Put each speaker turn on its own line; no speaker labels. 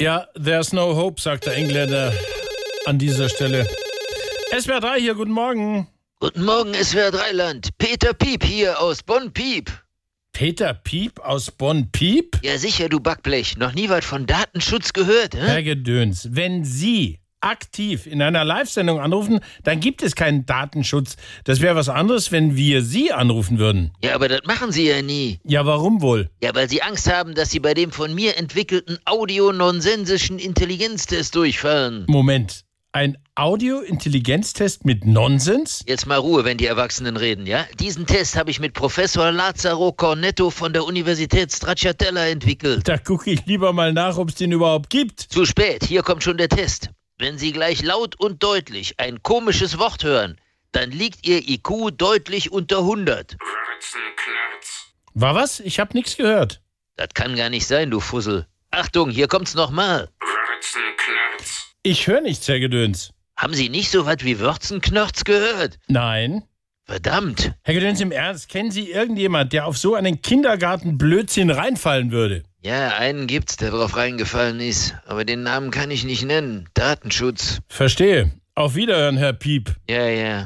Ja, there's no hope, sagt der Engländer an dieser Stelle. SWR 3 hier, guten Morgen.
Guten Morgen, SWR Dreiland. Peter Piep hier aus Bonn Piep.
Peter Piep aus Bonn Piep?
Ja sicher, du Backblech. Noch nie was von Datenschutz gehört, hä?
Herr Gedöns, wenn Sie aktiv in einer Live-Sendung anrufen, dann gibt es keinen Datenschutz. Das wäre was anderes, wenn wir Sie anrufen würden.
Ja, aber das machen sie ja nie.
Ja, warum wohl?
Ja, weil sie Angst haben, dass sie bei dem von mir entwickelten audio-nonsensischen Intelligenztest durchfallen.
Moment, ein Audio-Intelligenztest mit Nonsens?
Jetzt mal Ruhe, wenn die Erwachsenen reden, ja? Diesen Test habe ich mit Professor Lazaro Cornetto von der Universität Stracciatella entwickelt.
Da gucke ich lieber mal nach, ob es den überhaupt gibt.
Zu spät, hier kommt schon der Test. Wenn Sie gleich laut und deutlich ein komisches Wort hören, dann liegt Ihr IQ deutlich unter 100.
War was? Ich habe nichts gehört.
Das kann gar nicht sein, du Fussel. Achtung, hier kommt's nochmal.
Ich höre nichts, Herr Gedöns.
Haben Sie nicht so was wie Würzenknörz gehört?
Nein.
Verdammt.
Herr Gedöns, im Ernst, kennen Sie irgendjemand, der auf so einen Kindergartenblödsinn reinfallen würde?
Ja, einen gibt's, der drauf reingefallen ist. Aber den Namen kann ich nicht nennen. Datenschutz.
Verstehe. Auf Wiederhören, Herr Piep.
Ja, ja.